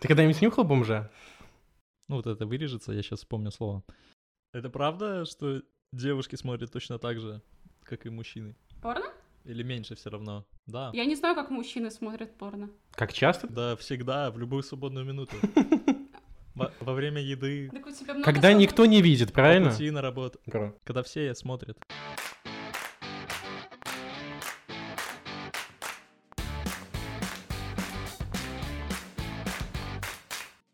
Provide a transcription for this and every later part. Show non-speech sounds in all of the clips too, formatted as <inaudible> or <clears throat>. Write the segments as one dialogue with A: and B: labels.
A: Ты когда-нибудь нюхал бомжа?
B: Ну вот это вырежется, я сейчас вспомню слово. Это правда, что девушки смотрят точно так же, как и мужчины?
C: Порно?
B: Или меньше все равно? Да.
C: Я не знаю, как мужчины смотрят порно.
A: Как часто?
B: Да, всегда, в любую свободную минуту. Во во время еды,
C: Так у тебя много
A: Когда
C: свобод-
A: никто не видит,
B: по
A: правильно?
B: пути на работу,
A: Бро.
B: когда все смотрят.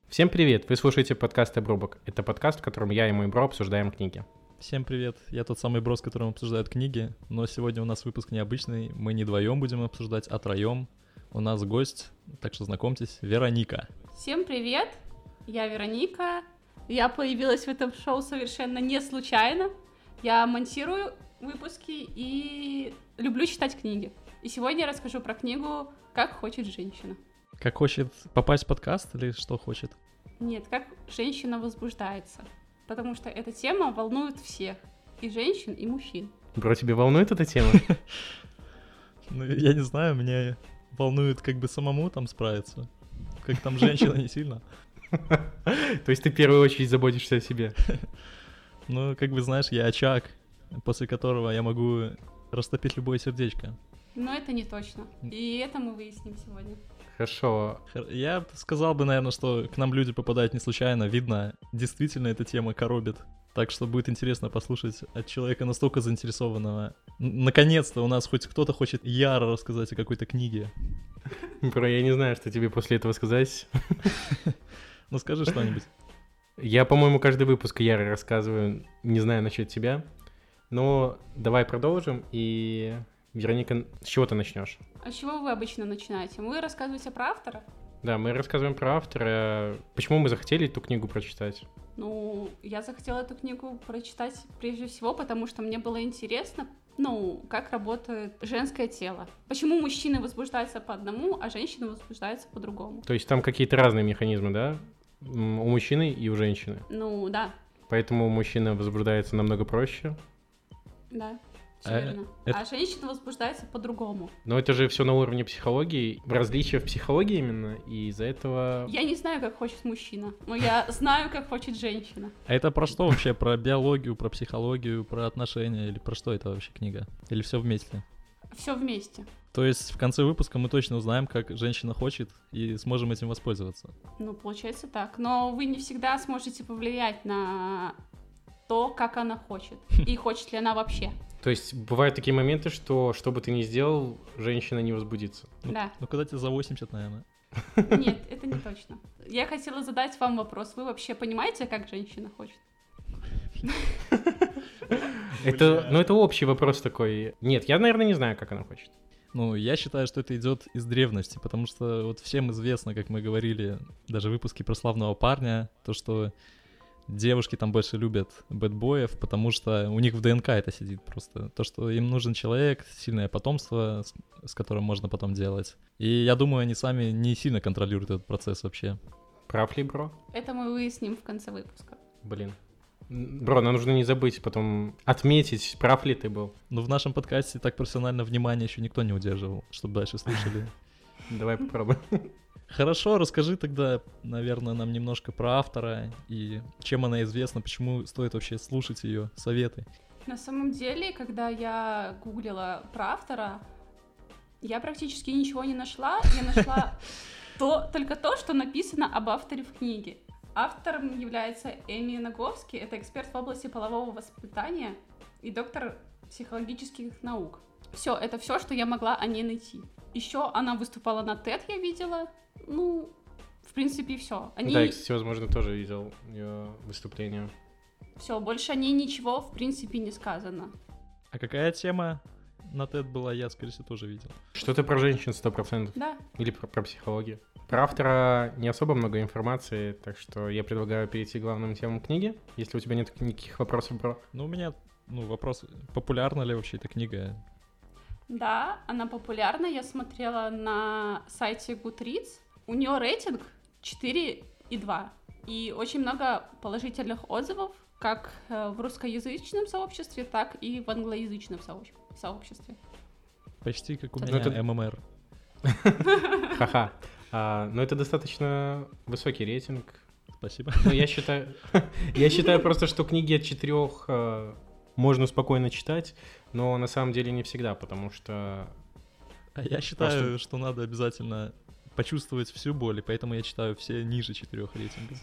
A: Всем привет! Вы слушаете подкаст «Обрубок». Это подкаст, в котором я и мой бро обсуждаем книги.
B: Всем привет, я тот самый брос, с которым обсуждают книги, но сегодня у нас выпуск необычный, мы не вдвоем будем обсуждать, а троем. У нас гость, так что знакомьтесь, Вероника.
C: Всем привет, я Вероника. Я появилась в этом шоу совершенно не случайно. Я монтирую выпуски и люблю читать книги. И сегодня я расскажу про книгу «Как хочет женщина».
B: Как хочет попасть в подкаст или что хочет?
C: Нет, как женщина возбуждается. Потому что эта тема волнует всех. И женщин, и мужчин.
A: Бро, тебе волнует эта
B: <laughs>
A: тема?
B: Ну, я не знаю, меня волнует как бы самому там справиться. Как там женщина <laughs> не сильно.
A: То есть ты в первую очередь заботишься о себе.
B: Ну, как бы знаешь, я очаг, после которого я могу растопить любое сердечко.
C: Но это не точно. И это мы выясним сегодня.
A: Хорошо.
B: Хр- Я б сказал бы, наверное, что к нам люди попадают не случайно. Видно, действительно эта тема коробит. Так что будет интересно послушать от человека настолько заинтересованного. Н- Наконец-то у нас хоть кто-то хочет яро рассказать о какой-то книге.
A: Бро, я не знаю, что тебе после этого сказать.
B: Ну скажи что-нибудь.
A: Я, по-моему, каждый выпуск Яры рассказываю, не знаю насчет тебя. Но давай продолжим, и... Вероника, с чего ты начнешь?
C: А с чего вы обычно начинаете? Вы рассказываете про автора?
A: Да, мы рассказываем про автора, почему мы захотели эту книгу прочитать.
C: Ну, я захотела эту книгу прочитать прежде всего, потому что мне было интересно, ну, как работает женское тело. Почему мужчины возбуждаются по одному, а женщины возбуждаются по-другому?
A: То есть там какие-то разные механизмы, да? М, У мужчины и у женщины.
C: Ну, да,
A: Поэтому мужчина возбуждается намного проще.
C: да, всё
B: Э,
C: верно.
B: это-
C: А женщина возбуждается по-другому.
A: Но это же все на уровне психологии. Различия в психологии именно, и из-за этого...
C: Я не знаю, как хочет мужчина, но я <laughs> знаю, как хочет женщина.
B: А это про что вообще? Про биологию, про психологию, про отношения? Или про что это вообще книга? Или все вместе?
C: Все вместе.
B: То есть в конце выпуска мы точно узнаем, как женщина хочет, и сможем этим воспользоваться.
C: Ну, получается так. Но вы не всегда сможете повлиять на то, как она хочет. И хочет ли она вообще.
A: То есть бывают такие моменты, что что бы ты ни сделал, женщина не возбудится.
C: Да.
B: Ну, когда тебе за 80, наверное.
C: Нет, это не точно. Я хотела задать вам вопрос. Вы вообще понимаете, как женщина хочет?
A: Это, ну, это общий вопрос такой. Нет, я, наверное, не знаю, как она хочет.
B: Ну, я считаю, что это идет из древности, потому что вот всем известно, как мы говорили, даже в выпуске про славного парня, то, что девушки там больше любят бэтбоев, потому что у них в ДНК это сидит просто. То, что им нужен человек, сильное потомство, с- с которым можно потом делать. И я думаю, они сами не сильно контролируют этот процесс вообще.
A: Прав ли, бро?
C: Это мы выясним в конце выпуска.
A: Блин. М, Бро, нам нужно не забыть потом отметить, прав ли ты был.
B: Но в нашем подкасте так профессионально внимание еще никто не удерживал, чтобы дальше слушали.
A: Давай попробуем.
B: Хорошо, расскажи тогда, наверное, нам немножко про автора и чем она известна, почему стоит вообще слушать ее советы.
C: На самом деле, когда я гуглила про автора, я практически ничего не нашла. Я нашла то, только то, что написано об авторе в книге. Автором является Эми Наговский, это эксперт в области полового воспитания и доктор психологических наук. Все, это все, что я могла о ней найти. Еще она выступала на TED, я видела. Ну, в принципе, все. Они...
A: Да, я, кстати, возможно, тоже видел ее выступление.
C: Все, больше о ней ничего, в принципе, не сказано.
B: А какая тема на TED была, я, скорее всего, тоже видел.
A: Что-то про женщин 100%.
C: Да,
A: Или про, про психологию. Про автора не особо много информации, так что я предлагаю перейти к главным темам книги. Если у тебя нет никаких вопросов про...
B: Ну, у меня ну, вопрос, популярна ли вообще эта книга?
C: Да, она популярна. Я смотрела на сайте Goodreads. У нее рейтинг 4,2. И очень много положительных отзывов, как э, в русскоязычном сообществе, так и в англоязычном сообщ- сообществе.
B: Почти как у
A: Ну,
B: меня
A: это-
B: ММР.
A: Ха-ха. А, но это достаточно высокий рейтинг.
B: Спасибо.
A: Ну, я считаю, <laughs> я считаю просто, что книги от четырех э, можно спокойно читать, но на самом деле не всегда, потому что
B: А я считаю, что надо обязательно почувствовать всю боль, и поэтому я читаю все ниже четырех рейтингов.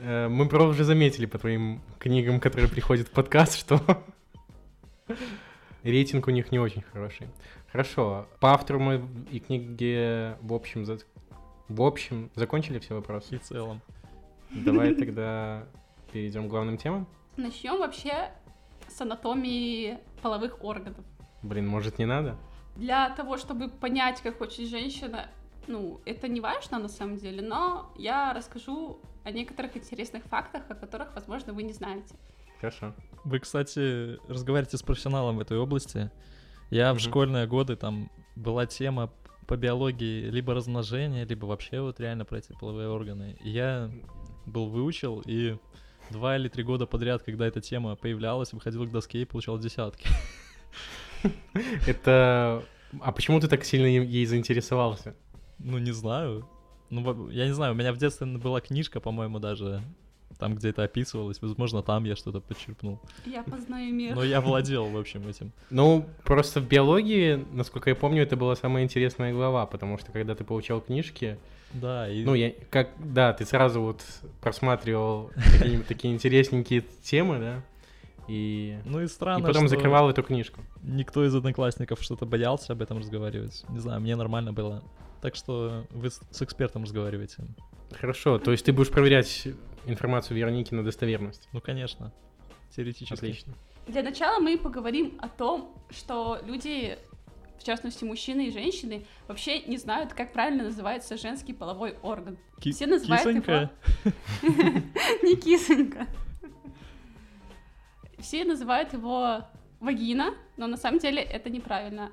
A: э, мы просто уже заметили по твоим книгам, которые приходят в подкаст, что рейтинг у них не очень хороший. Хорошо, по автору мы и книге в общем, за- в общем закончили все
B: И
A: вопросы.
B: в целом.
A: Давай тогда перейдем к главным темам.
C: Начнем вообще с анатомии половых органов.
A: Блин, может не надо?
C: Для того, чтобы понять, как хочет женщина, ну, это не важно на самом деле, но я расскажу о некоторых интересных фактах, о которых, возможно, вы не знаете.
A: Хорошо.
B: Вы, кстати, разговариваете с профессионалом в этой области. Я в
A: Мгм.
B: школьные годы там была тема по биологии либо размножения, либо вообще вот реально про эти половые органы. И я был выучил и два или три года подряд, когда эта тема появлялась, выходил к доске и получал десятки. <laughs>
A: Это... А почему ты так сильно им- ей заинтересовался?
B: Ну, не знаю. Ну, во- я не знаю, у меня в детстве была книжка, по-моему, даже там, где это описывалось. Возможно, там я что-то подчерпнул.
C: Я познаю мир.
B: Но я владел, в общем, этим.
A: Ну, просто в биологии, насколько я помню, это была самая интересная глава, потому что когда ты получал книжки,
B: Да, и...
A: ну, я как, да, ты сразу вот просматривал какие-нибудь такие <laughs> интересненькие темы, да, и,
B: Ну и
A: и
B: странно,
A: потом
B: что
A: закрывал эту книжку.
B: никто из одноклассников что-то боялся об этом разговаривать. Не знаю, мне нормально было. Так что вы с с экспертом разговариваете.
A: Хорошо, то есть ты будешь проверять информацию Вероники на достоверность.
B: Ну, конечно. Теоретически.
A: Отлично.
C: Для начала мы поговорим о том, что люди, в частности мужчины и женщины, вообще не знают, как правильно называется женский половой орган.
B: Ки-
C: Все называют его-
B: кисонька?
C: <laughs> Не кисонька. Все называют его вагина, но на самом деле это неправильно.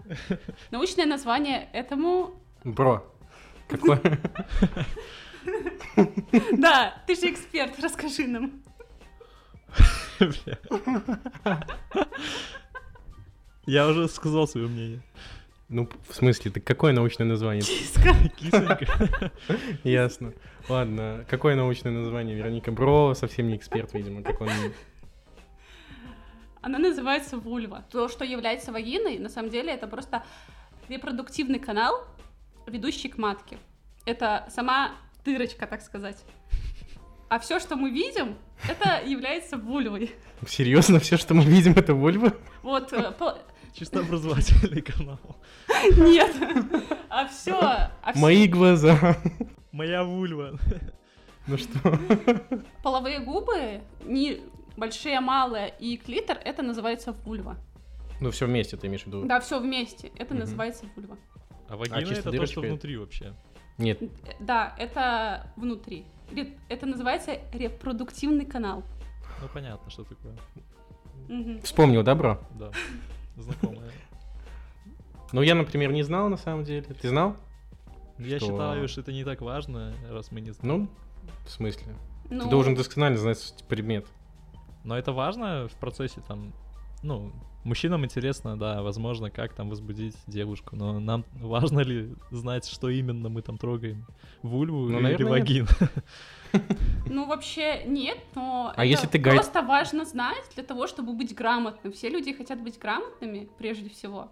C: Научное название этому...
A: Бро, какое? <laughs>
C: Да, ты же эксперт, расскажи нам.
B: <laughs> Бля. Я уже сказал свое мнение.
A: Ну, в смысле, ты какое научное название?
C: <laughs> Киска.
B: <laughs> Кисонька.
A: Ясно. Ладно, какое научное название? Вероника Бро совсем не эксперт, видимо, как он.
C: Она называется вульва. То, что является вагиной, на самом деле это просто репродуктивный канал, ведущий к матке. Это сама дырочка, так сказать. А все, что мы видим, это является вульвой.
A: Серьезно, все, что мы видим, это вульва?
C: Вот, э, пол-
B: Чисто образовательный канал.
C: нет. А все,
A: Мои глаза. <laughs>
B: Моя вульва.
A: Ну что?
C: половые губы, не большие, малые и клитор, это называется вульва.
A: Ну все вместе ты имеешь в виду?
C: Да, все вместе, это
A: Мгм.
C: называется вульва.
B: А вагина
A: чисто
B: это то,
A: дырочка
B: что
A: это?
B: внутри вообще.
A: Нет.
C: Э, Да, это внутри. Ре- Это называется репродуктивный канал.
B: Ну, понятно, что такое.
C: Мгм.
A: Вспомнил, да, Бро?
B: Да. Знакомое.
A: Ну я, например, не знал на самом деле. Ты знал?
B: Я
A: Что?
B: считаю, что это не так важно, раз мы не знаем.
A: Ну, в смысле?
C: Ну,
A: Ты должен досконально знать предмет.
B: Но это важно в процессе там, ну, мужчинам интересно, да, возможно, как там возбудить девушку, но нам <laughs> важно ли знать, что именно мы там трогаем, вульву
A: Ну,
B: или
A: наверное,
B: вагин?
C: ну, вообще нет, но
A: А
C: это
A: если ты гайд-
C: просто важно знать для того, чтобы быть грамотным. Все люди хотят быть грамотными прежде всего.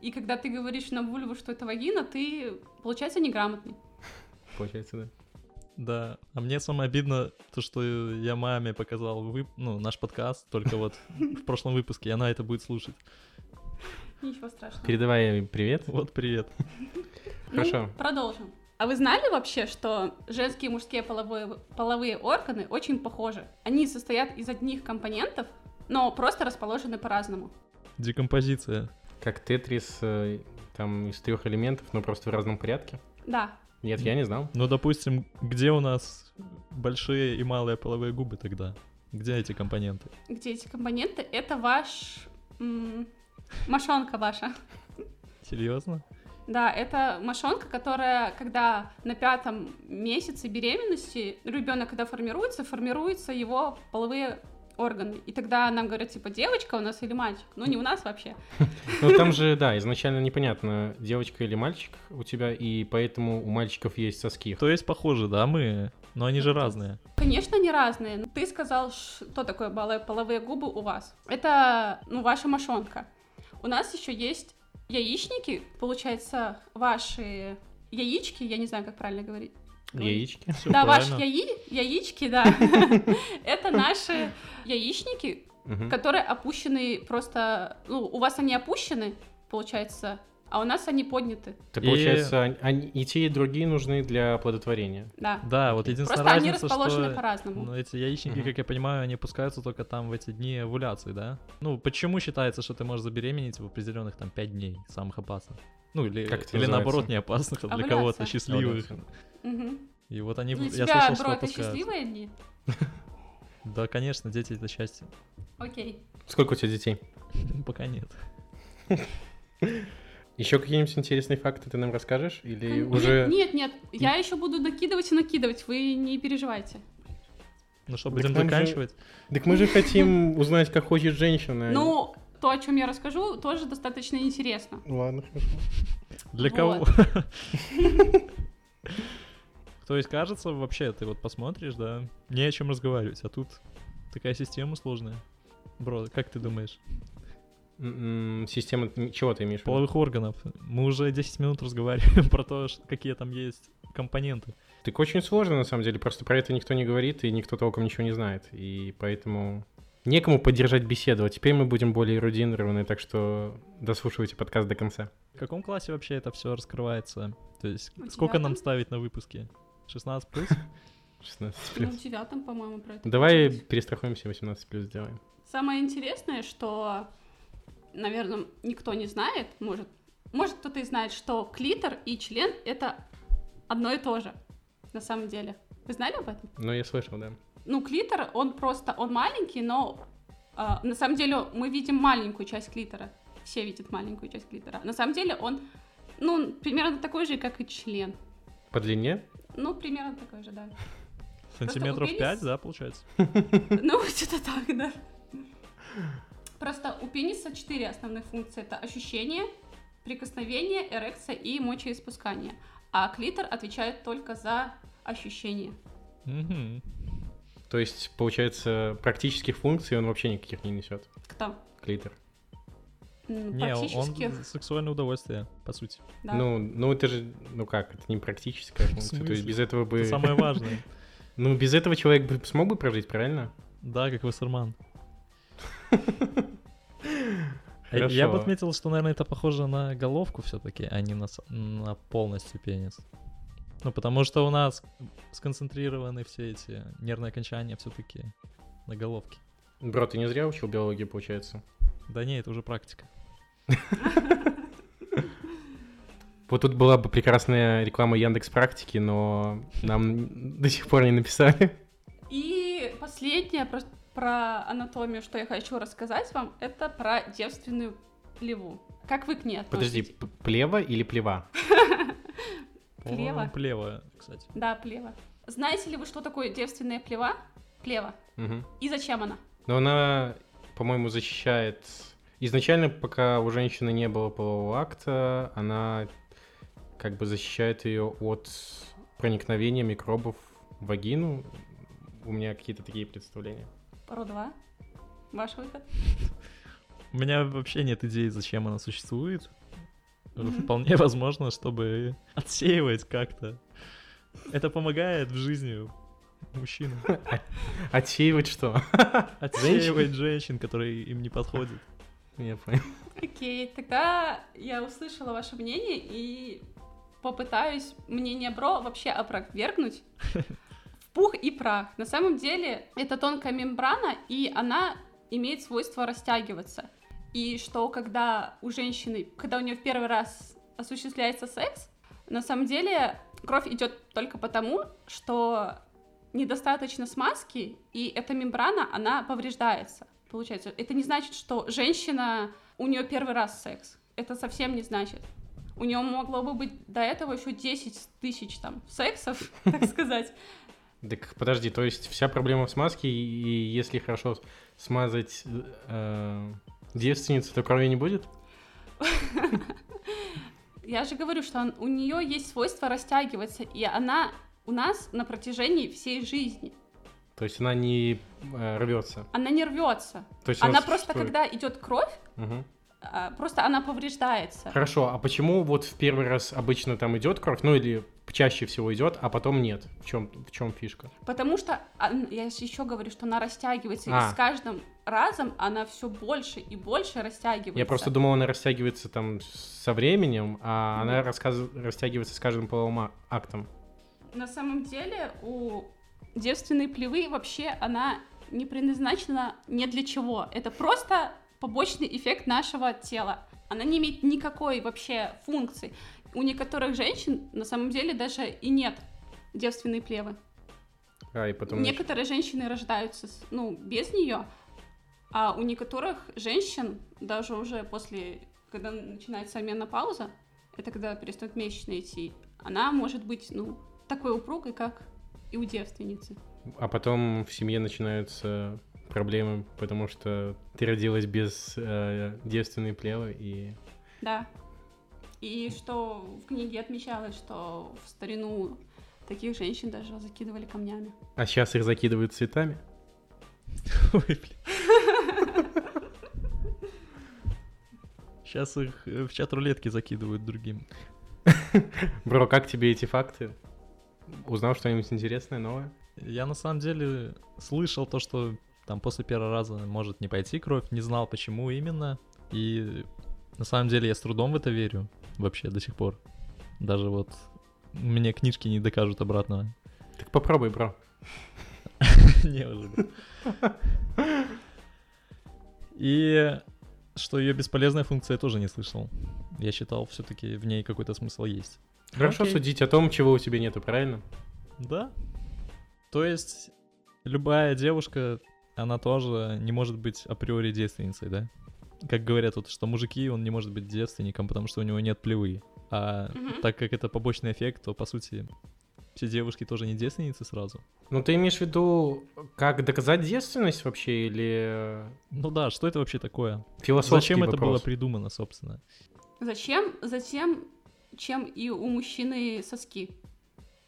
C: И когда ты говоришь на вульву, что это вагина, ты, получается, неграмотный.
A: Получается, да.
B: <laughs> Да, а мне самое обидно то, что я маме показал вып- ну, наш подкаст только вот в прошлом выпуске, и она это будет слушать.
C: Ничего страшного.
A: Передавай ей привет.
B: Вот привет.
C: Ну,
A: Хорошо.
C: продолжим. А вы знали вообще, что женские и мужские половые, половые органы очень похожи? Они состоят из одних компонентов, но просто расположены по-разному.
B: Декомпозиция.
A: Как Тетрис, э, там из трех элементов, но просто в разном порядке.
C: Да,
A: Нет, я не <laughs> знал.
B: Ну, допустим, где у нас большие и малые половые губы тогда? Где эти компоненты?
C: где эти компоненты? Это ваш... м, мошонка ваша.
B: Серьезно?
C: Да, это мошонка, которая, когда на пятом месяце беременности ребенок, когда формируется, формируются его половые органы. И тогда нам говорят, типа, девочка у нас или мальчик. Ну, не у нас вообще.
A: Ну, там же, да, изначально непонятно, девочка или мальчик у тебя, и поэтому у мальчиков есть соски.
B: То есть похожи, да, мы, но они
A: Ну,
B: же разные.
C: Конечно, они разные. Но Ты сказал, что такое бала- половые губы у вас. Это, ну, ваша мошонка. У нас еще есть яичники, получается, ваши яички, я не знаю, как правильно говорить.
A: Яички.
B: Всё
C: Да, ваши
B: правильно.
C: яи- яички, да. Это наши яичники,
A: Мгм.
C: которые опущены просто... Ну, у вас они опущены, получается, а у нас они подняты,
A: Так
B: И-
A: получается, они- они- и те, и другие нужны для оплодотворения.
C: да.
B: Да, вот единственная
C: Просто они
B: разница,
C: расположены
B: что
C: по-разному.
B: Ну, эти яичники,
A: Мгм.
B: как я понимаю, они опускаются только там в эти дни овуляции, да? Ну, почему считается, что ты можешь забеременеть в определенных там 5 дней, самых опасных? Ну, или,
A: Как это
B: или
A: называется?
B: наоборот не опасных, а для кого-то
C: Овуляция.
B: счастливых.
A: Овуляция.
C: Мгм.
B: И вот они,
C: Ну, у
B: я
C: тебя,
B: слышал, что
C: бро, это
B: опускаются.
C: счастливые дни?
B: Да, конечно, дети это счастье. <laughs>
C: Окей.
A: Сколько у тебя детей?
B: Пока нет.
A: Еще какие-нибудь интересные факты ты нам расскажешь? Или
C: Кон-
A: уже...
C: Нет, нет, я еще буду накидывать и накидывать, вы не переживайте.
B: Ну что,
A: Так
B: будем
A: там же-
B: заканчивать?
A: Так мы же хотим узнать, как хочет женщина.
C: Ну, то, о чем я расскажу, тоже достаточно интересно.
A: Ладно, хорошо.
B: Для кого?
C: Вот.
B: <laughs> То есть, кажется, вообще, ты вот посмотришь, да, не о чем разговаривать, а тут такая система сложная. Бро, как ты думаешь?
A: М, м, М-м, Система... Чего ты имеешь в виду?
B: Половых органов. Мы уже 10 минут разговариваем <laughs> про то, ш- какие там есть компоненты.
A: Так очень сложно, на самом деле, просто про это никто не говорит, и никто толком ничего не знает, и поэтому некому поддержать беседу, а теперь мы будем более эрудированы, так что дослушивайте подкаст до конца.
B: В каком классе вообще это все раскрывается? То есть,
C: В
B: сколько нам
C: девятом?
B: ставить на выпуске? 16 плюс?
A: 16
C: Ну,
A: плюс.
C: в девятом, по-моему, про это.
A: Давай
C: говорилось.
A: перестрахуемся, 18 плюс сделаем.
C: Самое интересное, что, наверное, никто не знает, может, может кто-то и знает, что клитор и член — это одно и то же, на самом деле. Вы знали об этом?
A: Ну, я слышал, да.
C: Ну, клитор, он просто, он маленький, но а, на самом деле мы видим маленькую часть клитора. Все видят маленькую часть клитора. На самом деле он, ну, примерно такой же, как и член.
A: По длине?
C: Ну, примерно такой же, да.
B: Сантиметров
C: убери
B: 5,
C: с-
B: да, получается?
C: Ну, что-то так, да. Просто у пениса четыре основных функции. Это ощущение, прикосновение, эрекция и мочеиспускание. А клитор отвечает только за ощущение.
B: Мгм.
A: То есть, получается, практических функций он вообще никаких не несет.
C: Кто?
A: Клитер.
C: М,
B: Не,
C: Практически,
B: он сексуальное удовольствие, по сути.
C: да.
A: Ну, ну, это же, ну как, это не
B: <laughs>
A: практическая функция. То есть
B: смысле?
A: без этого бы...
B: Это самое важное.
A: Ну, без этого человек бы смог бы прожить, правильно?
B: Да, как Вассерман. Э,
A: Хорошо.
B: Я бы отметил, что, наверное, это похоже на головку все-таки, а не на, с- на полностью пенис. Ну, потому что у нас сконцентрированы все эти нервные окончания все-таки на головке.
A: Бро, ты не зря учил биологию, получается.
B: Да не, это уже практика.
A: Вот тут была бы прекрасная реклама Яндекс Практики, но нам <laughs> до сих пор не написали.
C: И последнее про, про анатомию, что я хочу рассказать вам, это про девственную плеву. Как вы к ней
A: Подожди,
C: относитесь?
A: п- плева или плева?
B: По-моему,
C: Плева.
B: Плева, кстати.
C: Да, плева. Знаете ли вы, что такое девственная плева? Плева.
A: Мгм.
C: И зачем она?
A: Но она, по-моему, защищает... Изначально, пока у женщины не было полового акта, она как бы защищает ее от проникновения микробов в вагину. У меня какие-то такие представления.
C: Пару два. Ваш выход.
B: У меня вообще нет идеи, зачем она существует. Вполне <laughs> возможно, чтобы отсеивать как-то. Это помогает в жизни мужчинам.
A: Отсеивать А что? <laughs>
B: Отсеивать женщин, которые им не подходят.
A: Я понял.
C: Окей, тогда я услышала ваше мнение и попытаюсь мнение Бро вообще опровергнуть в пух и прах. На самом деле это тонкая мембрана, и она имеет свойство растягиваться. И что когда у женщины, когда у нее в первый раз осуществляется секс, на самом деле кровь идет только потому, что недостаточно смазки, и эта мембрана, она повреждается. Получается, это не значит, что женщина, у нее первый раз секс. Это совсем не значит. У <laughs> нее могло бы быть до этого еще 10 тысяч там сексов, так сказать.
A: Так подожди, то есть вся проблема в смазке, и если хорошо смазать э, девственницу, то крови не будет?
C: Я же говорю, что он- у нее есть свойство растягиваться, и она у нас на протяжении всей жизни.
A: То есть она не э, рвется.
C: Она не рвется.
A: То есть
C: Она просто,
A: существует.
C: когда идет кровь,
A: Мгм.
C: а, просто она повреждается.
A: Хорошо, а почему вот в первый раз обычно там идет кровь, ну или чаще всего идет, а потом нет? В чем в чем фишка?
C: Потому что он- я еще говорю, что она растягивается,
A: А.
C: и с каждым разом она все больше и больше растягивается.
A: Я просто думал, она растягивается там со временем, а она рассказ- растягивается с каждым половым а- актом.
C: На самом деле у девственной плевы вообще она не предназначена ни для чего. Это просто побочный эффект нашего тела. Она не имеет никакой вообще функции. У некоторых женщин на самом деле даже и нет девственной плевы.
A: А, и потом...
C: Некоторые женщины рождаются с- ну, без нее, а у некоторых женщин даже уже после, когда начинается менопауза, это когда перестают месячные идти, она может быть ну, такой упругой, как и у девственницы.
A: А потом в семье начинаются проблемы, потому что ты родилась без э, девственной плевы и...
C: Да. И что в книге отмечалось, что в старину таких женщин даже закидывали камнями.
A: А сейчас их закидывают цветами?
B: <laughs> Ой, блин. Сейчас их э, в чат рулетки закидывают другим.
A: Бро, как тебе эти факты? Узнал что-нибудь интересное, новое?
B: Я на самом деле слышал то, что там после первого раза может не пойти кровь, не знал почему именно. И на самом деле я с трудом в это верю вообще до сих пор. Даже вот мне книжки не докажут обратного.
A: Так попробуй, бро.
B: Не уже. И что ее бесполезная функция я тоже не слышал. Я считал, все-таки в ней какой-то смысл есть.
A: Хорошо
B: Окей.
A: судить о том, чего у тебя нету, правильно?
B: Да. То есть любая девушка, она тоже не может быть априори девственницей, да? Как говорят вот, что мужики, он не может быть девственником, потому что у него нет плевы. А
C: Мгм.
B: так как это побочный эффект, то, по сути, все девушки тоже не девственницы сразу.
A: Ну, ты имеешь в виду, как доказать девственность вообще, или э,
B: Ну да, что это вообще такое?
A: философский
B: Зачем это было
A: А вопрос?
B: придумано, собственно?
C: Зачем? Затем, чем и у мужчины соски.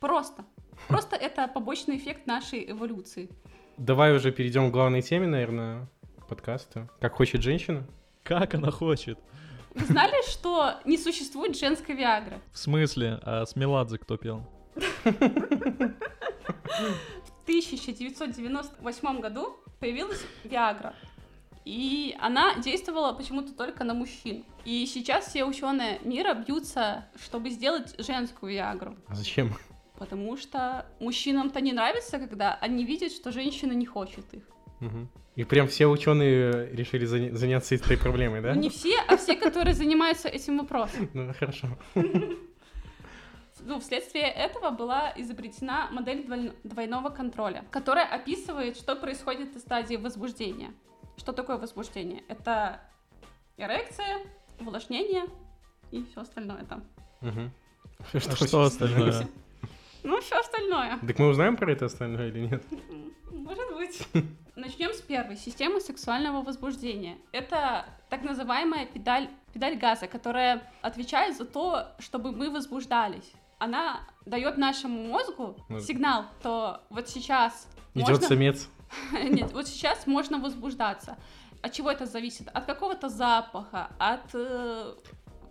C: Просто. Просто <laughs> это побочный эффект нашей эволюции.
A: Давай уже перейдем к главной теме, наверное, подкаста. Как хочет женщина?
B: Как она хочет?
C: Вы знали, что не существует женской Виагры?
B: В смысле? А с Меладзе кто пел?
C: В 1998 году появилась Виагра. И она действовала почему-то только на мужчин. И сейчас все ученые мира бьются, чтобы сделать женскую Виагру.
A: А зачем?
C: Потому что мужчинам-то не нравится, когда они видят, что женщина не хочет их.
A: Мгм. И прям все ученые решили заня- заняться этой проблемой, да?
C: Ну, не все, а все, которые занимаются этим вопросом.
A: <laughs> Ну, хорошо.
C: Ну, вследствие этого была изобретена модель двойн- двойного контроля, которая описывает, что происходит на стадии возбуждения. Что такое возбуждение? Это эрекция, увлажнение и все остальное там.
A: Мгм.
B: А
A: <laughs>
B: что остальное?
C: Ну, все остальное.
A: Так мы узнаем про это остальное или нет?
C: Может быть. Начнем с первой. Системы сексуального возбуждения. Это так называемая педаль, педаль газа, которая отвечает за то, чтобы мы возбуждались. Она дает нашему мозгу
A: Может.
C: сигнал, то вот сейчас
A: Идет
C: можно...
A: самец.
C: <laughs> Нет, вот сейчас можно возбуждаться. От чего это зависит? От какого-то запаха, от э,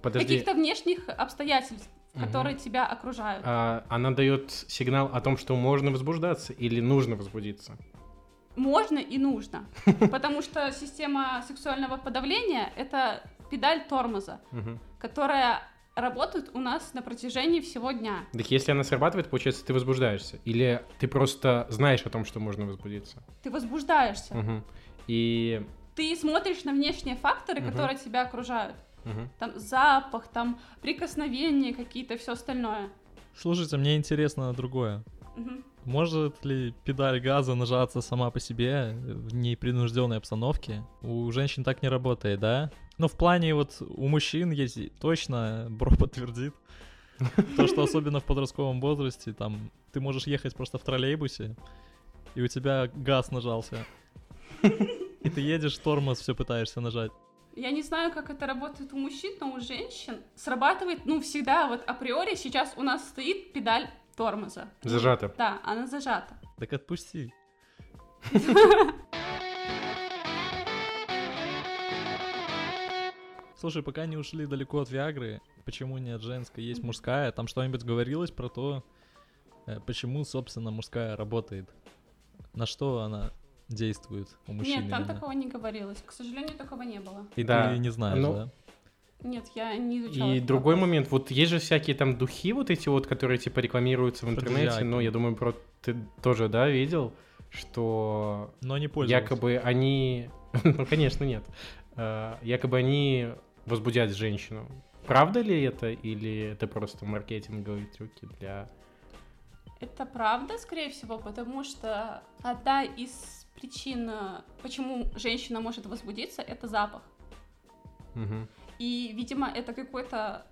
A: Подожди.
C: каких-то внешних обстоятельств,
A: Мгм.
C: которые тебя окружают.
A: А, она дает сигнал о том, что можно возбуждаться или нужно возбудиться.
C: Можно
A: <laughs>
C: и нужно, потому что система сексуального подавления — это педаль тормоза,
A: Мгм.
C: которая работает у нас на протяжении всего дня.
A: Так если она срабатывает, получается, ты возбуждаешься. Или ты просто знаешь о том, что можно возбудиться.
C: Ты возбуждаешься,
A: Мгм. И...
C: ты смотришь на внешние факторы,
A: Мгм.
C: которые тебя окружают.
A: мгм.
C: Там запах, там прикосновения какие-то, все остальное.
B: Слушайте, мне интересно другое.
C: Мгм.
B: Может ли педаль газа нажаться сама по себе в непринужденной обстановке? У женщин так не <laughs> работает, да? Ну, в плане вот у мужчин есть и- точно, Бро подтвердит, То, что особенно в подростковом возрасте, там, ты можешь ехать просто в троллейбусе, и у тебя газ нажался. И ты едешь, тормоз все пытаешься нажать.
C: Я не знаю, как это работает у мужчин, но у женщин срабатывает, ну, всегда вот априори сейчас у нас стоит педаль тормоза.
B: Ну,
A: Зажато.
C: Да, она зажата.
B: Так отпусти. Слушай, пока не ушли далеко от Виагры, почему нет женской, есть мужская, там что-нибудь говорилось про то, э, почему, собственно, мужская работает? На что она действует у мужчин?
C: Нет, там
B: именно?
C: такого не говорилось. К сожалению, такого не было.
A: И
B: Ты не знаешь,
A: Ну,
B: да?
C: Нет, я не изучала.
A: И
C: этот
A: другой
C: вопрос.
A: момент, вот есть же всякие там духи вот эти вот, которые типа рекламируются в интернете,
B: Фотозиаки.
A: но я думаю, про ты тоже, да, видел, что
B: Но не пользовался.
A: якобы они... <laughs> Ну, конечно, нет. Э, Якобы они возбудят женщину. Правда ли это, или это просто маркетинговые трюки для...
C: Это правда, скорее всего, потому что одна из причин, э, почему женщина может возбудиться, это запах.
A: Мгм,
C: И, видимо, это какой-то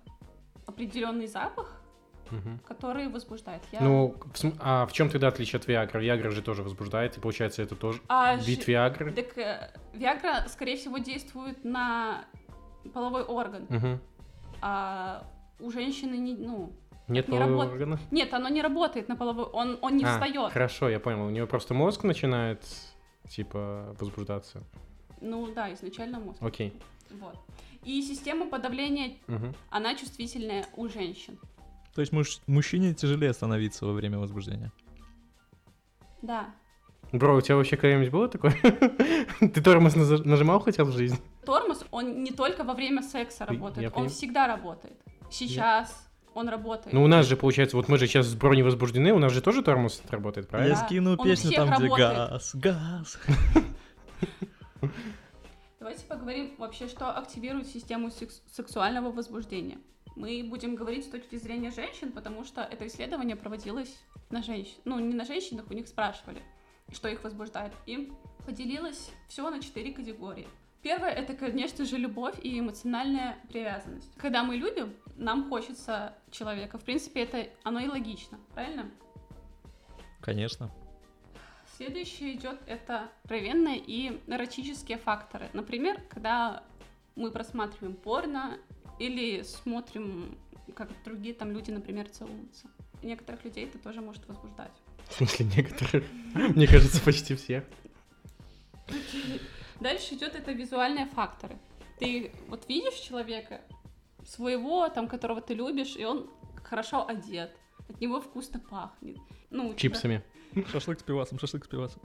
C: определенный запах,
A: мгм.
C: который возбуждает. Я...
A: Ну, в см- а в чем тогда отличие от Виагры? Виагра же тоже возбуждает, и получается это тоже
C: а
A: вид
C: ж-
A: Виагры.
C: Так, э, Виагра, скорее всего, действует на половой орган,
A: Мгм.
C: а у женщины не, ну,
A: Нет
C: не
A: полового
C: работает.
A: органа?
C: нет, оно не работает на половой, он, он не
A: А,
C: встает.
A: Хорошо, я понял. У нее просто мозг начинает, типа, возбуждаться.
C: Ну да, изначально мозг.
A: Окей.
C: Вот. И система подавления,
A: Мгм.
C: она чувствительная у женщин.
B: То есть муж- мужчине тяжелее становиться во время возбуждения.
C: Да.
A: Бро, у тебя вообще когда-нибудь было такое? <laughs> Ты тормоз наз- нажимал хотя бы в жизни?
C: Тормоз, он не только во время секса
A: Ты- я
C: работает, он
A: поним-
C: всегда работает. Сейчас он работает.
A: Ну, у нас же, получается, вот мы же сейчас с бро не возбуждены, у нас же тоже тормоз работает,
B: Я
A: правильно?
C: Да,
B: скину
C: он у
B: песню
C: всех
B: там, где
C: работает.
B: газ, газ. <laughs>
C: Давайте поговорим вообще, что активирует систему секс- сексуального возбуждения. Мы будем говорить с точки зрения женщин, потому что это исследование проводилось на женщин. Ну, не на женщинах, у них спрашивали, что их возбуждает. И поделилось все на четыре категории. Первое — это, конечно же, любовь и эмоциональная привязанность. Когда мы любим, нам хочется человека. В принципе, это оно и логично, правильно?
B: Конечно.
C: Следующее идет это откровенные и эротические факторы. Например, когда мы просматриваем порно или смотрим, как другие там люди, например, целуются. Некоторых людей это тоже может возбуждать.
A: В смысле, некоторые. Мне кажется, почти всех.
C: Дальше идет это визуальные факторы. Ты вот видишь человека своего, там, которого ты любишь, и он хорошо одет, от него вкусно пахнет. Ну, у тебя-
A: Чипсами.
B: Шашлык с пивасом, шашлык с пивасом.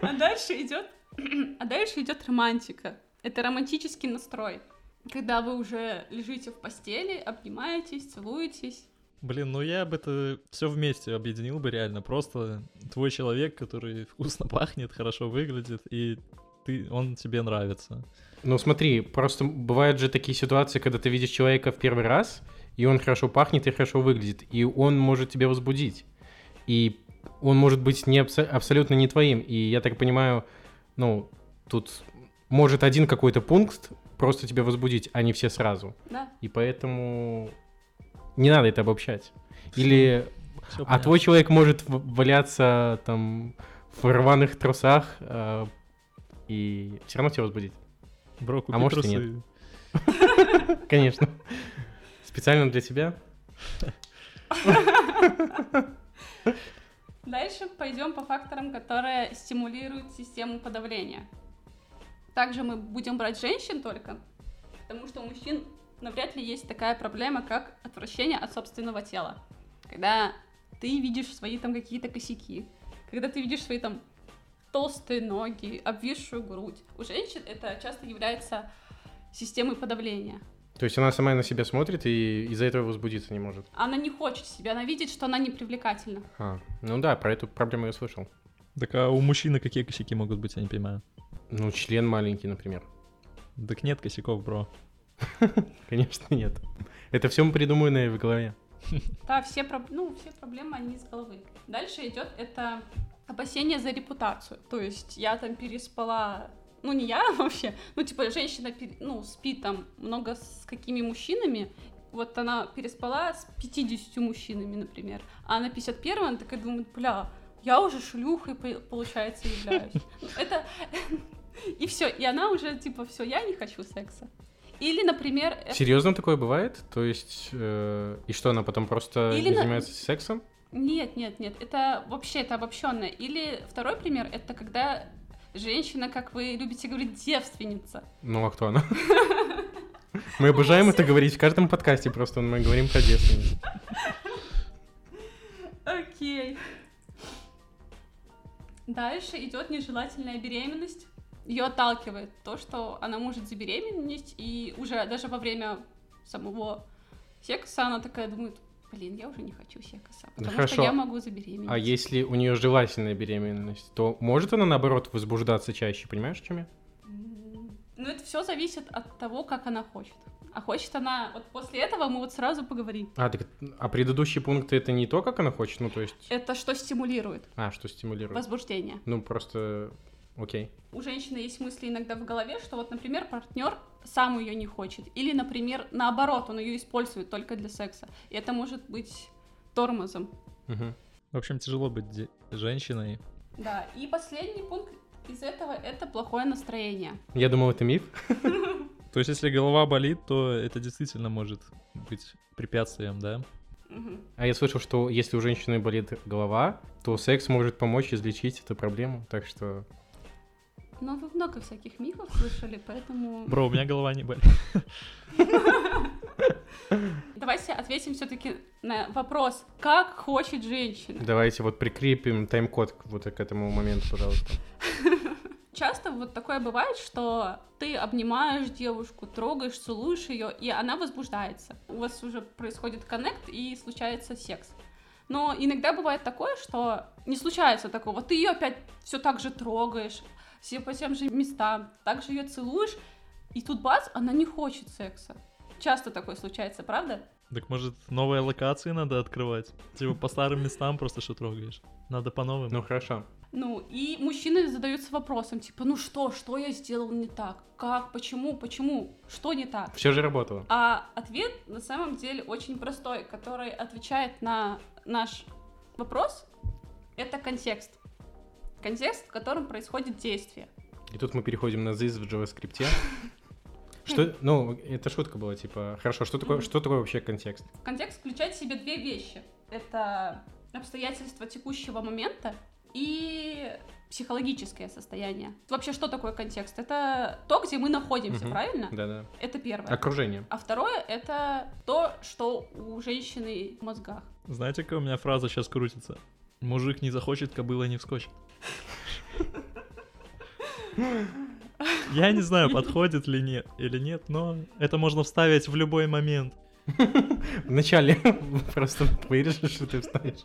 C: А дальше идет, <clears throat> а дальше идет романтика. Это романтический настрой, когда вы уже лежите в постели, обнимаетесь, целуетесь.
B: Блин, ну я бы это все вместе объединил бы реально. Просто твой человек, который <laughs> вкусно пахнет, хорошо выглядит, и ты, он тебе нравится.
A: Ну, смотри, просто бывают же такие ситуации, когда ты видишь человека в первый раз, и он хорошо пахнет и хорошо выглядит, и он может тебя возбудить. И он может быть не абсо- абсолютно не твоим. И я так понимаю, ну, тут может один какой-то пункт просто тебя возбудить, а не все сразу.
C: Да.
A: И поэтому не надо это обобщать. Или
B: Всё
A: а
B: понятно.
A: твой человек может в- валяться там в рваных трусах э, и все равно тебя возбудить.
B: Бро, купи
A: а может и
B: трусы.
A: Конечно. Специально для тебя.
C: Дальше пойдем по факторам, которые стимулируют систему подавления. Также мы будем брать женщин только, потому что у мужчин навряд ли есть такая проблема, как отвращение от собственного тела. Когда ты видишь свои там какие-то косяки, когда ты видишь свои там толстые ноги, обвисшую грудь. У женщин это часто является системой подавления.
A: То есть она сама на себя смотрит и из-за этого возбудиться не может.
C: Она не хочет себя, она видит, что она непривлекательна.
A: А, ну да, про эту проблему я слышал.
B: Так а у мужчины какие косяки могут быть, я не понимаю.
A: Ну, член маленький, например. <laughs>
B: Так нет косяков, бро.
A: Конечно, нет. Это все придуманное в голове.
C: Да, все, проб- ну, все проблемы, они из головы. Дальше идет это опасение за репутацию. То есть я там переспала ну не я <laughs> вообще, ну типа женщина пер- ну, спит там много с какими мужчинами, вот она переспала с 50 мужчинами, например, а на 51 она такая думает, бля, я уже шлюхой, по- получается, являюсь. Ну, Это... <laughs> И все, и она уже типа, все, я не хочу секса. Или, например, э,
A: Серьезно такое бывает? То есть, э, и что, она потом просто
C: Или
A: не
C: на- <laughs>
A: занимается сексом?
C: Нет, нет, нет, это вообще это обобщенное. Или второй пример это когда женщина, как вы любите говорить, девственница.
A: Ну, а кто она? <laughs> Мы обожаем это говорить в каждом подкасте, просто мы говорим про девственниц.
C: Окей. Дальше идет нежелательная беременность. Ее отталкивает то, что она может забеременеть, и уже даже во время самого секса она такая думает, блин, я уже не хочу секса, потому
A: хорошо.
C: что я могу забеременеть.
A: А если у нее желательная беременность, то может она, наоборот, возбуждаться чаще, понимаешь, чем я?
C: М, Ну, это все зависит от того, как она хочет. А хочет она... Вот после этого мы вот сразу поговорим.
A: А, так, а предыдущие пункты это не то, как она хочет, ну, то есть...
C: Это что стимулирует
A: А, что стимулирует?
C: возбуждение.
A: Ну, просто... Окей.
C: У женщины есть мысли иногда в голове, что вот, например, партнер сам ее не хочет. Или, например, наоборот, он ее использует только для секса. И это может быть тормозом.
A: Мгм.
B: В общем, тяжело быть де- женщиной.
C: Да, и последний пункт из этого — это плохое настроение.
A: Я думал, это миф. <laughs>
B: То есть, если голова болит, то это действительно может быть препятствием, да?
C: Мгм.
A: А я слышал, что если у женщины болит голова, то секс может помочь излечить эту проблему. Так что
C: Но вы много всяких мифов слышали, поэтому...
B: Бро, у меня голова не болит. <laughs>
C: Давайте ответим все-таки на вопрос, как хочет женщина.
A: давайте вот прикрепим тайм-код к- вот к этому моменту, пожалуйста.
C: Часто вот такое бывает, что ты обнимаешь девушку, трогаешь, целуешь ее, и она возбуждается. У вас уже происходит коннект и случается секс. Но иногда бывает такое, что не случается такого. Ты ее опять все так же трогаешь, все по тем же местам, так же ее целуешь, и тут бац, она не хочет секса. Часто такое случается, правда?
B: Так может, новые локации надо открывать? Типа по старым местам просто что трогаешь. Надо по новым.
A: Ну хорошо.
C: Ну, и мужчины задаются вопросом, типа, ну что, что я сделал не так? Как, почему, почему, что не так?
A: Все же работало.
C: А ответ на самом деле очень простой, который отвечает на наш вопрос. Это контекст. Контекст, в котором происходит действие.
A: И тут мы переходим на this в JavaScript. Что, ну, это шутка была, типа, хорошо, что такое,
C: Мгм.
A: что такое вообще контекст?
C: Контекст включает в себе две вещи. Это обстоятельства текущего момента и психологическое состояние. Вообще, что такое контекст? Это то, где мы находимся,
A: Мгм.
C: правильно?
A: Да-да.
C: Это первое.
A: Окружение.
C: А второе — это то, что у женщины в мозгах.
B: Знаете, какая у меня фраза сейчас крутится? Мужик не захочет, кобыла не вскочит. Я не знаю, подходит ли нет или нет, но это можно вставить в любой момент.
A: Вначале <laughs> просто вырежешь, что ты встанешь.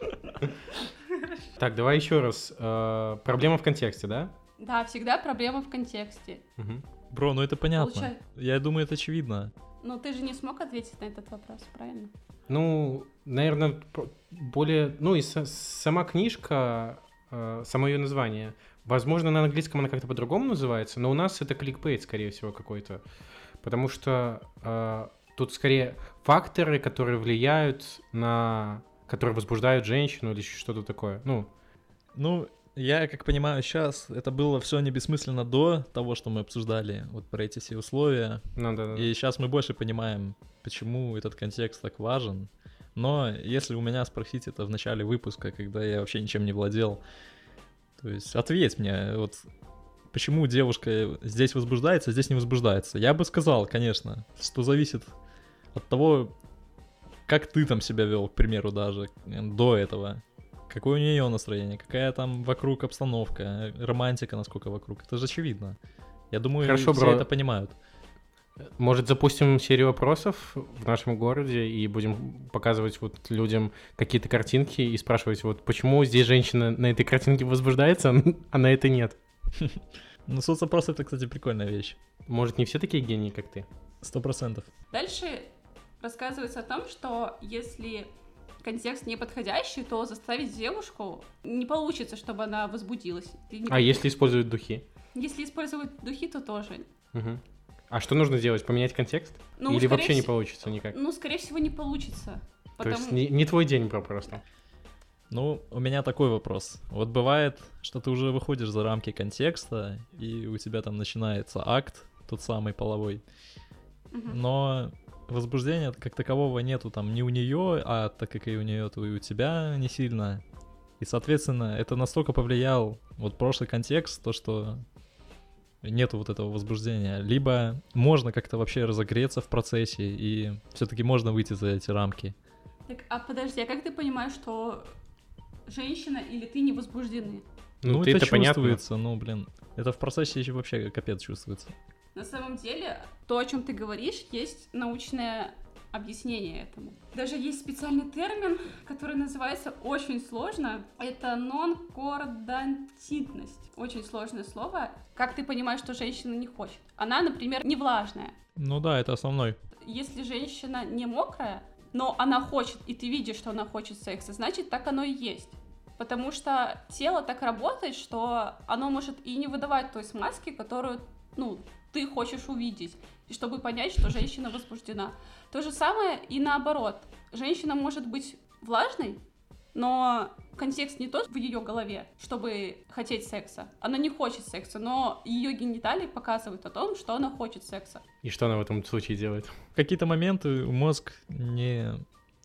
A: Так, давай еще раз. Э, Проблема в контексте, да?
C: Да, всегда проблема в контексте.
A: Мгм.
B: Бро, ну это понятно.
C: Получай.
B: Я думаю, это очевидно.
C: Но ты же не смог ответить на этот вопрос, правильно?
A: Ну, наверное, более... Ну и са- сама книжка, э, само ее название. Возможно, на английском она как-то по-другому называется, но у нас это кликбейт, скорее всего, какой-то. Потому что э, тут скорее факторы, которые влияют на... которые возбуждают женщину или ещё что-то такое. Ну,
B: Ну, я как понимаю, сейчас это было все не бессмысленно до того, что мы обсуждали, вот про эти все условия.
A: надо...
B: И сейчас мы больше понимаем, почему этот контекст так важен. Но если у меня спросить это в начале выпуска, когда я вообще ничем не владел, то есть ответь мне, вот почему девушка здесь возбуждается, а здесь не возбуждается. Я бы сказал, конечно, что зависит от того, как ты там себя вел, к примеру, даже э, до этого. Какое у нее настроение, какая там вокруг обстановка, э, романтика насколько вокруг. Это же очевидно. Я думаю,
A: Хорошо,
B: все
A: бро.
B: это понимают.
A: Может, запустим серию опросов в нашем городе и будем показывать вот людям какие-то картинки и спрашивать, вот почему здесь женщина на этой картинке возбуждается, <laughs> а на этой нет.
B: Ну, соцопрос это, кстати, прикольная вещь.
A: Может, не все такие гении, как ты?
B: Сто процентов.
C: Дальше рассказывается о том, что если контекст не подходящий, то заставить девушку не получится, чтобы она возбудилась. Ты не-
A: А если А использовать духи?
C: Если использовать духи, то тоже.
A: Мгм. А что нужно сделать? Поменять контекст?
C: Ну,
A: Или
C: скорее
A: вообще не
C: вс-
A: получится никак?
C: Ну, скорее всего, не получится.
A: То
C: Потому...
A: есть не, не твой день про просто.
B: Ну, у меня такой вопрос. Вот бывает, что ты уже выходишь за рамки контекста, и у тебя там начинается акт, тот самый половой,
C: Мгм.
B: но возбуждения как такового нету там ни у нее, а так как и у нее, то и у тебя не сильно. И, соответственно, это настолько повлиял вот прошлый контекст, то, что нету вот этого возбуждения. Либо можно как-то вообще разогреться в процессе, и все-таки можно выйти за эти рамки.
C: Так, а подожди, а как ты понимаешь, что женщина или ты не возбуждены?
A: Ну, ты это понятно.
B: чувствуется, ну, блин. Это в процессе еще вообще капец чувствуется.
C: На самом деле, то, о чем ты говоришь, есть научное объяснение этому. Даже есть специальный термин, который называется очень сложно. Это нонкордантитность. Очень сложное слово. Как ты понимаешь, что женщина не хочет? Она, например, не влажная.
B: Ну да, это основной.
C: Если женщина не мокрая, но она хочет, и ты видишь, что она хочет секса, значит, так оно и есть. Потому что тело так работает, что оно может и не выдавать той смазки, которую, ну, ты хочешь увидеть, и чтобы понять, что женщина возбуждена. То же самое и наоборот. Женщина может быть влажной, но контекст не тот в ее голове, чтобы хотеть секса. Она не хочет секса, но ее гениталии показывают о том, что она хочет секса.
A: И что она в этом случае делает?
B: В какие-то моменты мозг не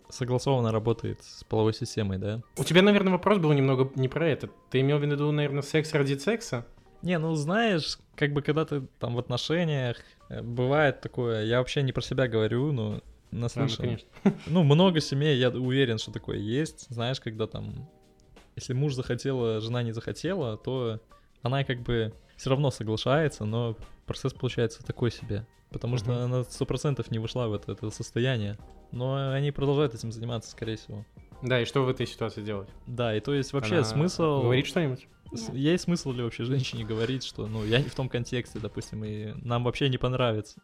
B: согласованно работает с половой системой, да?
A: У тебя, наверное, вопрос был немного не про это. Ты имел в виду, наверное, секс ради секса?
B: Не, ну знаешь, как бы когда ты там в отношениях, э, бывает такое, я вообще не про себя говорю, но
A: А, ну,
B: наслышан.
A: конечно.
B: <laughs> Ну, много семей, я уверен, что такое есть. Знаешь, когда там, если муж захотела, жена не захотела, то она как бы все равно соглашается, но процесс получается такой себе. Потому
A: Мгм.
B: что она сто процентов не вышла в это, это состояние. Но они продолжают этим заниматься, скорее всего.
A: Да, и что в этой ситуации делать?
B: Да, и то есть вообще
A: Она
B: смысл...
A: Говорит что-нибудь?
B: С-
C: Нет.
B: Есть смысл ли вообще женщине говорить, что, ну, я не в том контексте, допустим, и нам вообще не понравится?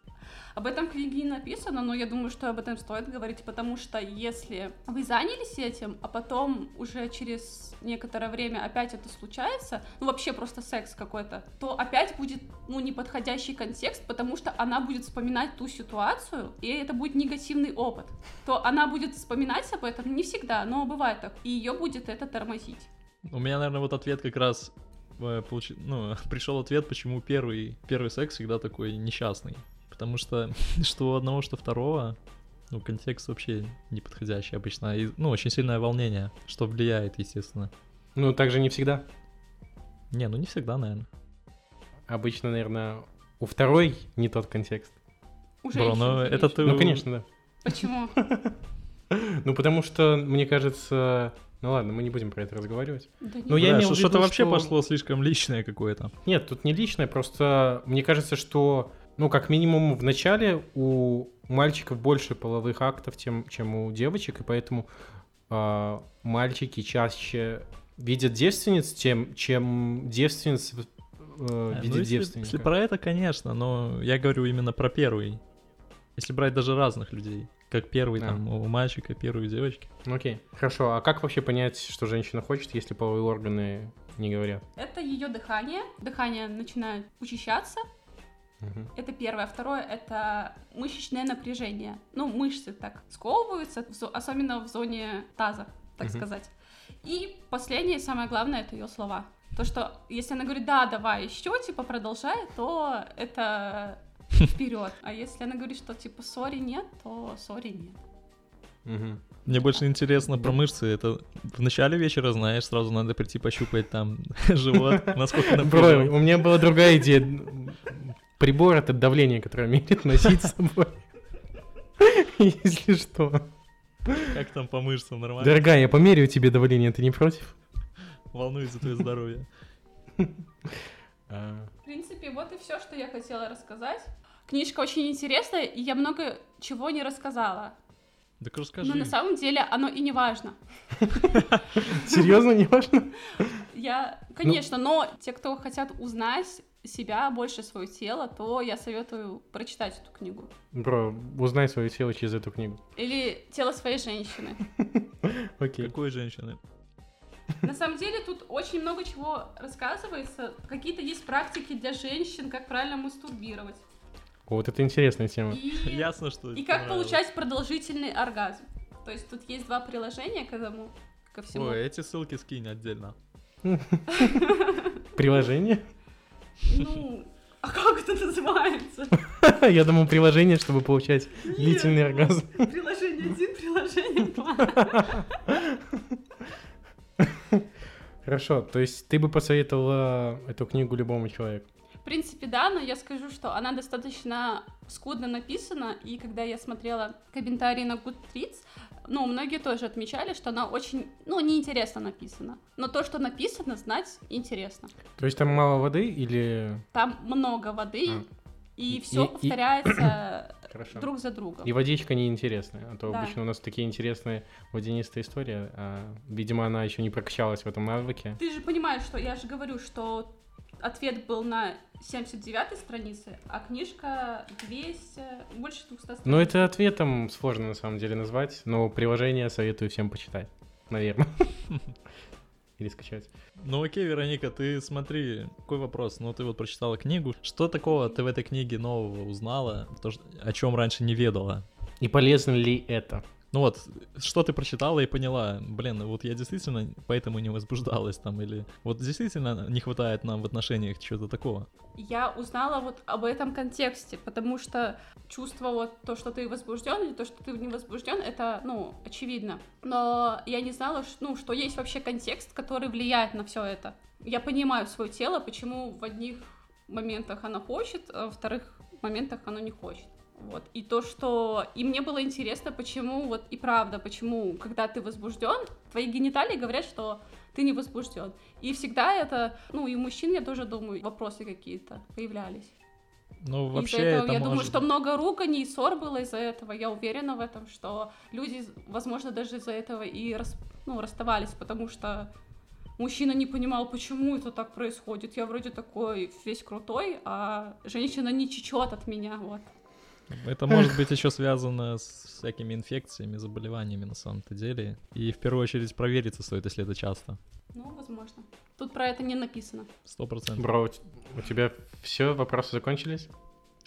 C: Об этом в книге не написано, но я думаю, что об этом стоит говорить, потому что если вы занялись этим, а потом уже через некоторое время опять это случается, ну вообще просто секс какой-то, то опять будет ну, неподходящий контекст, потому что она будет вспоминать ту ситуацию, и это будет негативный опыт. То она будет вспоминать об этом не всегда, но бывает так, и ее будет это тормозить.
B: У меня, наверное, вот ответ как раз э, получи- ну, <laughs> пришел ответ, почему первый, первый секс всегда такой несчастный. Потому что <laughs> что у одного, что второго, ну, контекст вообще неподходящий обычно. И, ну, очень сильное волнение, что влияет, естественно.
A: Ну, так же не всегда.
B: Не, ну не всегда, наверное.
A: Обычно, наверное, у второй не тот контекст.
C: У
B: Бро,
C: женщин,
B: ну это ты...
A: Ну, конечно,
C: Почему?
A: да. Ну, потому что, мне кажется... Ну ладно, мы не будем про это разговаривать.
C: Да
A: Ну,
C: нет.
A: я
B: Да,
A: имел
B: что-
A: в
B: что-то
A: виду,
B: вообще
A: что-
B: пошло слишком личное какое-то.
A: Нет, тут не личное, просто мне кажется, что, ну, как минимум, в начале у мальчиков больше половых актов, тем, чем у девочек, и поэтому а, мальчики чаще видят девственниц, тем, чем девственницы э,
B: Э, ну,
A: видят
B: если,
A: девственника.
B: если про это, конечно, но я говорю именно про первый. Если брать даже разных людей, как первый
A: Да.
B: там у мальчика, первый у девочки.
A: Ну, Окей, хорошо. А как вообще понять, что женщина хочет, если половые органы не говорят?
C: Это ее дыхание. Дыхание начинает учащаться,
A: Мгм.
C: Это первое. Второе — это мышечное напряжение. Ну, мышцы так сковываются, в зо- особенно в зоне таза, так
A: Мгм.
C: сказать. И последнее, и самое главное — это ее слова. То, что если она говорит «да, давай еще», типа «продолжай», то это вперед. А если она говорит, что типа «сори, нет», то «сори, нет».
A: Мгм.
B: Мне больше интересно про мышцы. Это в начале вечера, знаешь, сразу надо прийти пощупать там <laughs>
A: <laughs>
B: живот, насколько
A: Бро,
B: напряжен.
A: у меня была другая идея. Прибор это давление, которое мерит, носить с собой. Если что.
B: Как там по мышцам, нормально?
A: Дорогая, я померяю тебе давление, ты не против?
B: Волнуюсь за твое здоровье.
A: А.
C: В принципе, вот и все, что я хотела рассказать. Книжка очень интересная, и я много чего не рассказала.
B: Так
C: Но Ну, на
B: расскажи.
C: самом деле оно и не важно.
A: Серьезно, не важно?
C: Я,
A: Ну.
C: конечно, но те, кто хотят узнать себя, больше свое тело, то я советую прочитать эту книгу.
A: Бро, узнай свою тело через эту книгу. <laughs>
C: Или «Тело своей женщины».
A: Окей.
B: Какой женщины?
C: На самом деле тут очень много чего рассказывается. Какие-то есть практики для женщин, как правильно мастурбировать.
A: Вот это интересная тема. <laughs>
C: И,
B: Ясно, что
C: и как
B: понравилось.
C: получать продолжительный оргазм. То есть тут есть два приложения к этому, ко всему.
B: Ой, эти ссылки скинь отдельно.
A: Приложение? <laughs>
C: Ну, а как это называется?
A: Я думал, приложение, чтобы получать <laughs> длительный
C: Нет.
A: оргазм.
C: Приложение 1, приложение 2.
A: Хорошо, то есть ты бы посоветовала эту книгу любому человеку?
C: В принципе, да, но я скажу, что она достаточно скудно написана, и когда я смотрела комментарии на Goodreads, ну, многие тоже отмечали, что она очень, ну, неинтересно написана. Но то, что написано, знать интересно.
A: То есть там мало воды или...
C: Там много воды,
A: А.
C: и,
A: И-
C: все
A: и- и-
C: повторяется
A: <coughs> Хорошо.
C: друг за другом.
A: И водичка неинтересная, а то
C: Да.
A: обычно у нас такие интересные водянистые истории, а, видимо, она еще не прокачалась в этом навыке.
C: Ты же понимаешь, что я же говорю, что ответ был на 79 странице, а книжка 200, больше 200 страниц.
A: Ну, это ответом сложно на самом деле назвать, но приложение советую всем почитать,
C: <laughs>
A: наверное. Или скачать.
B: Ну окей, Вероника, ты смотри, какой вопрос. Ну ты вот прочитала книгу. Что такого ты в этой книге нового узнала, то, что- о чем раньше не ведала?
A: И полезно ли это?
B: Ну вот, что ты прочитала и поняла, блин, вот я действительно поэтому не возбуждалась там, или вот действительно не хватает нам в отношениях чего-то такого.
C: Я узнала вот об этом контексте, потому что чувство вот то, что ты возбужден или то, что ты не возбужден, это, ну, очевидно. Но я не знала, ш- ну, что есть вообще контекст, который влияет на все это. Я понимаю свое тело, почему в одних моментах оно хочет, а во вторых моментах оно не хочет. Вот. И то, что... И мне было интересно, почему вот и правда, почему, когда ты возбужден, твои гениталии говорят, что ты не возбужден. И всегда это, ну и у мужчин, я тоже думаю, вопросы какие-то появлялись.
B: Ну вообще
C: из-за этого,
B: это
C: я думаю,
B: может-
C: что много руганий и ссор было из-за этого. Я уверена в этом, что люди, возможно, даже из-за этого и рас- ну, расставались, потому что мужчина не понимал, почему это так происходит. Я вроде такой весь крутой, а женщина не чечет от меня, вот.
B: Это
C: <laughs>
B: может быть еще связано с всякими инфекциями, заболеваниями на самом-то деле. И в первую очередь провериться стоит, если это часто.
C: Ну, возможно. Тут про это не написано.
B: Сто процентов.
A: Бро, у т- у тебя все, вопросы закончились?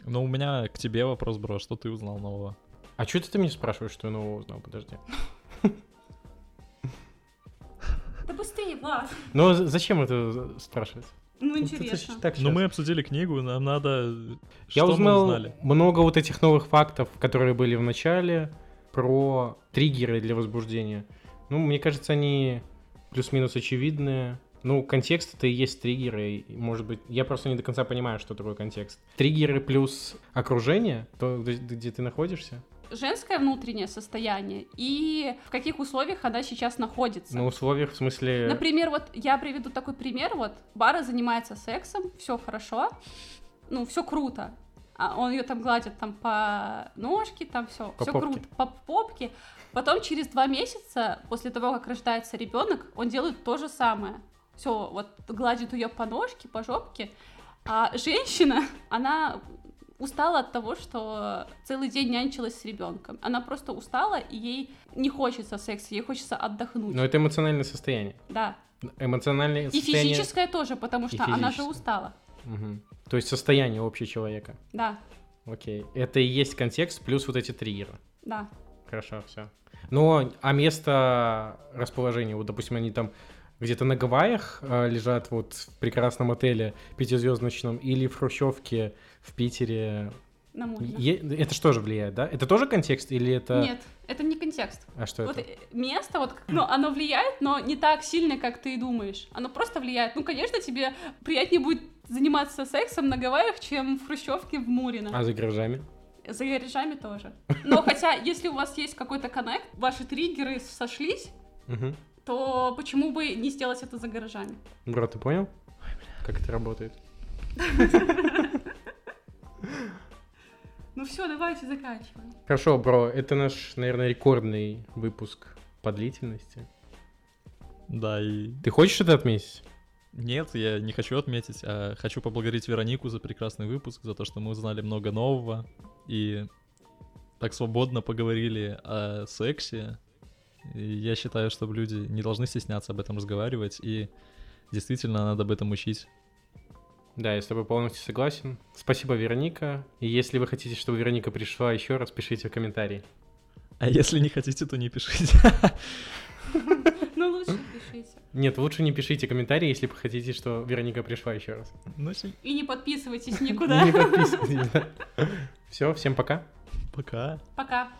B: Но у меня к тебе вопрос, бро, что ты узнал нового?
A: А что ты меня спрашиваешь, что я нового узнал? Подожди.
C: Да быстрее, Влад.
A: Ну, з- зачем это э, спрашивать? Ну,
C: Ну,
A: ты- ты
C: интересно.
A: так
B: Ну
A: щас.
B: мы обсудили книгу, нам надо...
A: Я
B: Что мы
A: узнал
B: узнали?
A: много вот этих новых фактов, которые были в начале, про триггеры для возбуждения. Ну, мне кажется, они плюс-минус очевидные. Ну, контекст это и есть триггеры, и, может быть, я просто не до конца понимаю, что такое контекст. Триггеры плюс окружение, то, где, где ты находишься.
C: Женское внутреннее состояние и в каких условиях она сейчас
B: Ну,
C: находится.
A: На условиях, в смысле...
C: Например, вот я приведу такой пример. Вот Бара занимается сексом, все хорошо, ну, все круто. А он ее там гладит там по ножке, там все,
A: По
C: все
A: попке.
C: круто, по попке. Потом через два месяца, после того, как рождается ребенок, он делает то же самое. Все, вот гладит ее по ножке, по жопке. А женщина, <laughs> она устала от того, что целый день нянчилась с ребенком. Она просто устала, и ей не хочется секса, ей хочется отдохнуть.
A: Но ну, это эмоциональное состояние.
C: Да.
A: Эмоциональное
C: И
A: состояние...
C: физическое тоже, потому что она же
A: физическое.
C: устала.
A: Мгм. То есть состояние общее человека.
C: Да,
A: Окей. Это и есть контекст плюс вот эти триггеры.
C: да.
A: Хорошо, все. Ну, а место расположения, вот, допустим, они там где-то на Гавайях э, лежат вот в прекрасном отеле пятизвездочном или в Хрущевке в Питере.
C: На мужа.
A: Е- это что же влияет, да? Это тоже контекст или это...
C: Нет, это не контекст.
A: А что
C: Вот
A: это?
C: э, место, вот, ну, оно влияет, но не так сильно, как ты думаешь. Оно просто влияет. Ну, конечно, тебе приятнее будет заниматься сексом на Гавайях, чем в Хрущевке в Мурино.
A: А за гаражами?
C: За гаражами тоже. Но хотя, если у вас есть какой-то коннект, ваши триггеры сошлись,
A: Угу.
C: то почему бы не сделать это за гаражами?
A: Бро, ты понял, как это работает?
C: Ну все, давайте заканчиваем.
A: Хорошо, бро, это наш, наверное, рекордный выпуск по длительности.
B: Да, и
A: Ты хочешь это отметить?
B: Нет, я не хочу отметить, а хочу поблагодарить Веронику за прекрасный выпуск, за то, что мы узнали много нового и так свободно поговорили о сексе, И я считаю, что люди не должны стесняться об этом разговаривать, и действительно надо об этом учить.
A: Да, я с тобой полностью согласен. Спасибо, Вероника. И если вы хотите, чтобы Вероника пришла еще раз, пишите в комментарии.
B: А если не хотите, то не пишите. <laughs>
C: Ну, лучше пишите.
A: Нет, лучше не пишите комментарии, если вы хотите, что Вероника пришла еще раз.
B: Ну, всё,
C: И не подписывайтесь никуда.
A: Не подписывайтесь. Все, всем пока.
B: пока.
C: Пока.